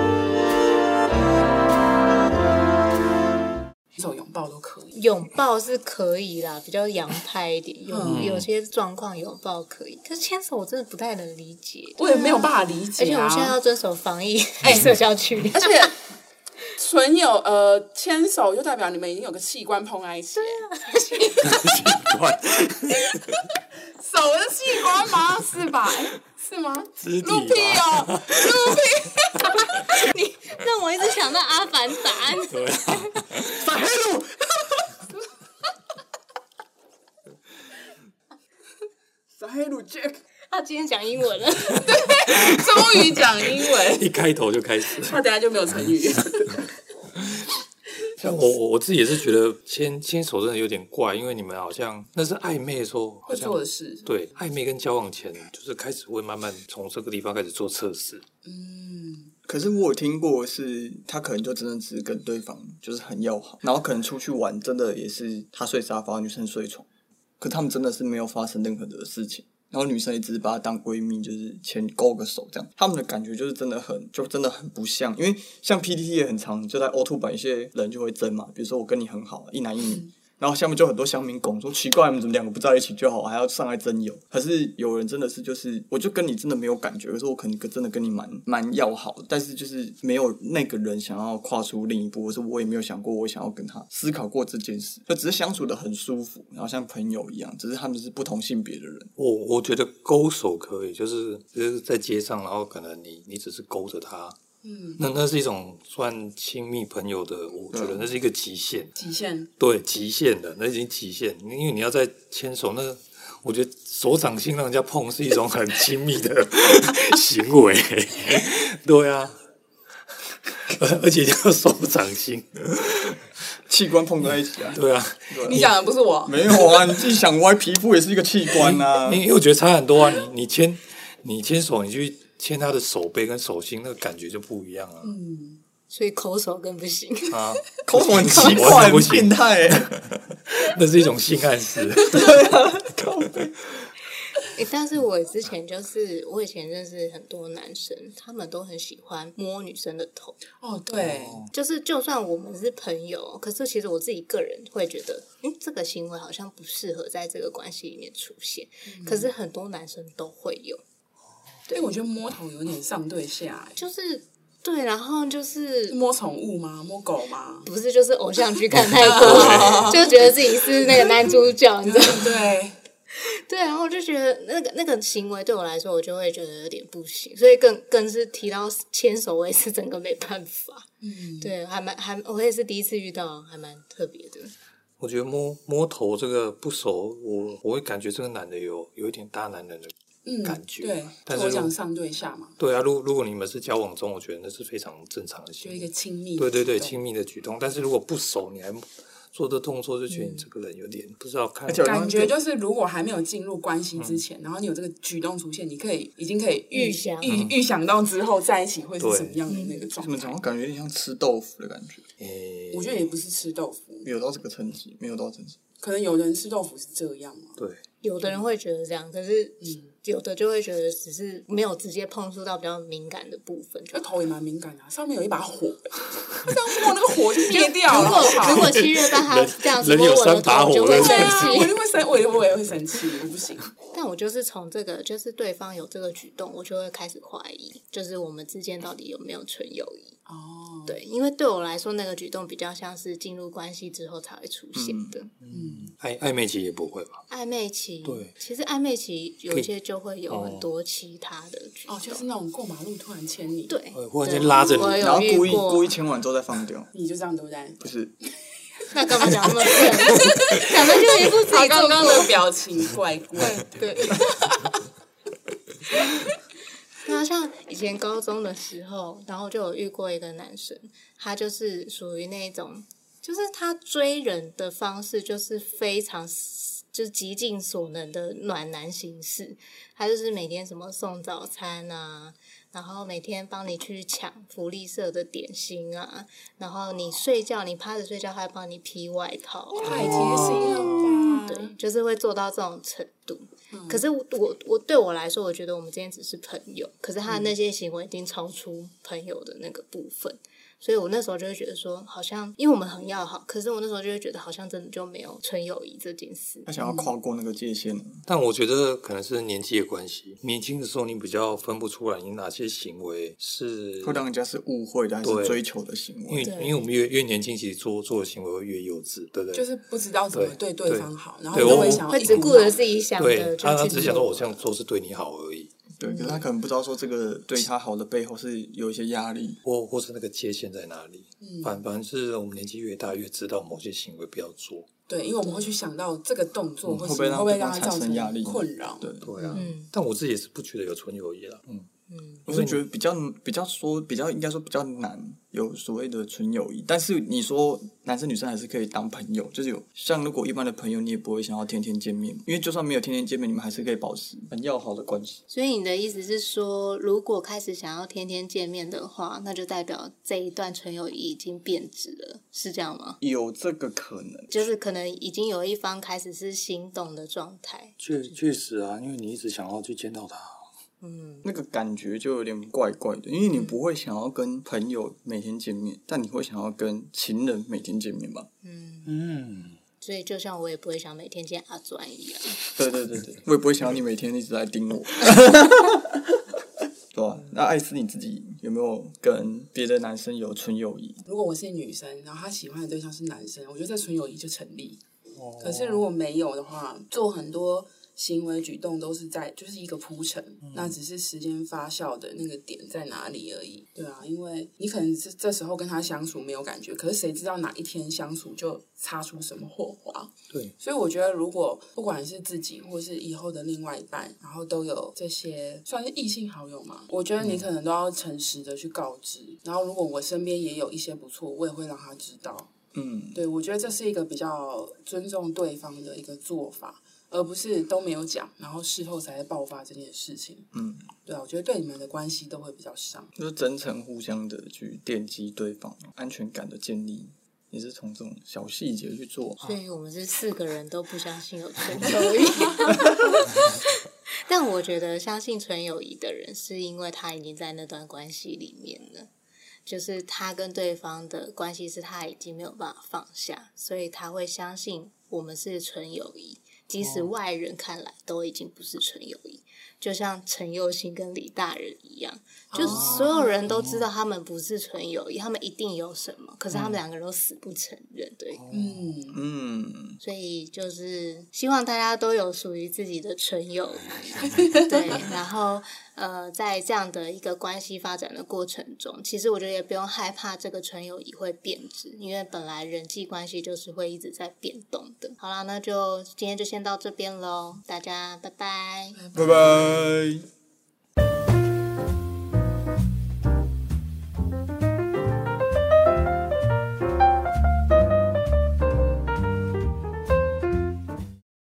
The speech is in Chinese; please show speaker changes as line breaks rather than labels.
啊
拥抱是可以啦，比较洋派一点，有、
嗯
有些状况拥抱可以，可是牵手我真的不太能理解。
我也没有办法理
而
解
且我
啊
们。现在要遵守 防疫，社交距离。
而且纯友呃牵手就代表你们已经有个器官碰在一起，
奇怪，
手的器官吗？ 是吧？哎是吗？
肢体
鹿屁
吧
哦，鹿屁。
啊 你让我一直想到阿凡 达，
对啊，
反黑 路。反黑路 Jack
他啊今天讲英文 了。
终于讲英文，
一开头就开始了。
他等下就没有成语。
像我我我自己也是觉得牵牵手真的有点怪，因为你们好像那是暧昧的时候，好
会
像
做的事，
对暧昧跟交往前，就是开始会慢慢从这个地方开始做测试。
可是我有听过是，他可能就真的只是跟对方就是很要好，然后可能出去玩，真的也是他睡沙发，女生睡床，可他们真的是没有发生任何的事情。然后女生也只是把她当闺蜜，就是牵勾个手这样。他们的感觉就是真的很，就真的很不像，因为像 PPT 也很常就在 O two 版，一些人就会争嘛，比如说我跟你很好，一男一女。然后下面就很多乡民拱说奇怪，你们怎么两个不在一起就好，还要上来征友？可是有人真的是就是，我就跟你真的没有感觉，可是我可能真的跟你蛮 蛮要好的，但是就是没有那个人想要跨出另一步，或是我也没有想过我想要跟他思考过这件事，就只是相处的很舒服，然后像朋友一样，只是他们是不同性别的人。
我我觉得勾手可以，就是就是在街上，然后可能你你只是勾着他，嗯，那那是一种算亲密朋友的，我觉得那是一个极限，
极限
对极限的，那已经极限，因为你要在牵手，那我觉得手掌心让人家碰是一种很亲密的 行为，对啊，而而且叫手掌心，
器官碰在一起啊？
对啊，
你讲的不是我，
没有啊，你自己想歪，皮肤也是一个器官 啊。
因为我觉得差很多啊，你你牵你牵手，你去牵他的手背跟手心，那个感觉就不一样啊。
所以口手更不行。
啊，
口吻很奇
我
怪，
很不
很
行
变态、欸。
那是一种性暗示。
诶但是我之前就是，我以前认识很多男生，他们都很喜欢摸女生的头，
哦，对，
就是就算我们是朋友，可是其实我自己个人会觉得，嗯，这个行为好像不适合在这个关系里面出现。可是很多男生都会有，
哎，我觉得摸头有点上对下，哎
就是对，然后就是
是摸宠物吗？摸狗吗？
不是就是偶像剧看太多，就觉得自己是那个男主角，你知道吗
对不对？
对，然后我就觉得那个那个行为对我来说，我就会觉得有点不行，所以更更是提到牵手，我也是整个没办法。嗯，对，还蛮还我也是第一次遇到，还蛮特别的。
我觉得摸摸头这个不熟，我我会感觉这个男的有有一点大男人的
嗯，
感觉。
对，
但
我
是
讲
如
上对下嘛，
对啊，如如果你们是交往中，我觉得那是非常正常的
就
行
一
为。
个亲密，
对对对，，亲密的举动。但是如果不熟，你还做这动作，就觉得
嗯
你这个人有点不知道看
而。且
感觉就是如果还没有进入关系
嗯
之前，然后你有这个举动出现，你可以已经可以预
预想嗯
预预想到之后在一起会是
嗯对
什么样的那个状
怎么
态
讲？我。感觉有点像吃豆腐的感觉，
诶
我觉得也不是吃豆腐，
有到这个层级，没有到层级。
可能有人吃豆腐是这样嘛。
对，
有的人会觉得这样，可是有的就会觉得只是没有直接碰触到比较敏感的部分就
那
好。
头也蛮敏感的啊、上面有一把火，这样摸那个火就灭掉
如
了，好
果
不好？
如果七月半他这样子
人
摸
有
我的
三把
头，我就
火
会
对
生
对啊，我一
气。
定会生，我也我也会生气，我不行。
但我就是从这个，就是对方有这个举动，我就会开始怀疑，就是我们之间到底有没有纯友谊。
哦，
对，因为对我来说，那个举动比较像是进入关系之后才会出
嗯
现的、
暧暧昧期也不会吧？
暧昧期。
对，
其实暧昧期有
可以哦
一些就会有很多其他的举动，
哦，就是那种过马路突然牵你，，
对，
会忽然间
对
拉着你
我
有
然后
有
故
遇
意故
过
意，签完之后再放掉，
你就这样对不对？
不是？
那干嘛讲那么正？讲的就一副自己
啊刚
刚
刚
刚
的
的。
表情怪怪的，
对。那像以前高中的时候，然后就有遇过一个男生，他就是属于那种，就是他追人的方式就是非常就是极尽所能的暖男形式，他就是每天什么送早餐啊，然后每天帮你去抢福利社的点心啊，然后你睡觉你趴着睡觉，他还帮你披外套啊、
太贴心了吧？
对，就是会做到这种程度。可是我我我对我来说，我觉得我们之间只是朋友，可是他的那些行为已经超出朋友的那个部分，所以我那时候就会觉得说，好像因为我们很要好，可是我那时候就会觉得好像真的就没有纯友谊这件事
他。想要跨过那个界限，
但我觉得可能是年纪的关系，年轻的时候你比较分不出来你哪些行为是
会让人家是误会的，还
对
是追求的行
因为
为？
对
因为我们越越年轻，其实做做的行为会越幼稚，对不对？
就是不知道怎么对
对
对方好，然后
对
就
我
会想要
会
一
只
股
顾着
脑
自己想
对
的，就
他他
去
只想说
做
我这样做是对你好而已，
对，可是他可能不知道说这个对他好的背后是有一些压力。
或或是那个界限在哪里。反反正是我们年纪越大，越知道某些行为不要做。
对，因为我们会去想到这个动作
嗯
会
会不会
会
让
不会
对方
让他
产
造
生压力
困扰？
对，
对啊，
嗯
但我自己也是不觉得有纯友谊了。嗯，
我是觉得比较比较说比较应该说比较难有所谓的纯友谊，但是你说男生女生还是可以当朋友，就是有像如果一般的朋友，你也不会想要天天见面，因为就算没有天天见面，你们还是可以保持很要好的关系。
所以你的意思是说，如果开始想要天天见面的话，那就代表这一段纯友谊已经变质了，是这样吗？
有这个可能，
就是可能已经有一方开始是心动的状态，
确确实啊，因为你一直想要去见到他，
嗯，
那个感觉就有点怪怪的，因为你不会想要跟朋友每天见面，但你会想要跟情人每天见面吧？
嗯，
所以就像我也不会想每天见阿转一样，
对对对对，我也不会想要你每天一直在盯我。 对啊，那艾斯你自己有没有跟别的男生有纯友谊？
如果我是女生，然后他喜欢的对象是男生，我觉得这纯友谊就成立。
哦
可是如果没有的话，做很多行为举动都是在就是一个铺陈，
嗯
那只是时间发酵的那个点在哪里而已。对啊，因为你可能这这时候跟他相处没有感觉，可是谁知道哪一天相处就擦出什么火花？
对，
所以我觉得，如果不管是自己或是以后的另外一半，然后都有这些算是异性好友嘛，我觉得你可能都要诚实的去告知。然后，如果我身边也有一些不错，我也会让他知道。
嗯，
对，我觉得这是一个比较尊重对方的一个做法，而不是都没有讲，然后事后才爆发这件事情。
嗯，哦
对啊，我觉得对你们的关系都会比较伤。
就是真诚互相的去奠基对方安全感的建立，也是从这种小细节去做。
所以我们是四个人都不相信有纯友谊。 但我觉得相信纯友谊的人，是因为他已经在那段关系里面了，就是他跟对方的关系是他已经没有办法放下，所以他会相信我们是纯友谊，即使外人看来都已经不是纯友谊。就像陈佑兴跟李大人一样，就所有人都知道他们不是纯友谊，他们一定有什么，可是他们两个人都死不承认。对，
嗯，
嗯，
所以就是希望大家都有属于自己的纯友谊，对，然后呃，在这样的一个关系发展的过程中，其实我觉得也不用害怕这个纯友谊会变质，因为本来人际关系就是会一直在变动的。好啦，那就今天就先到这边喽，大家拜拜。
拜拜。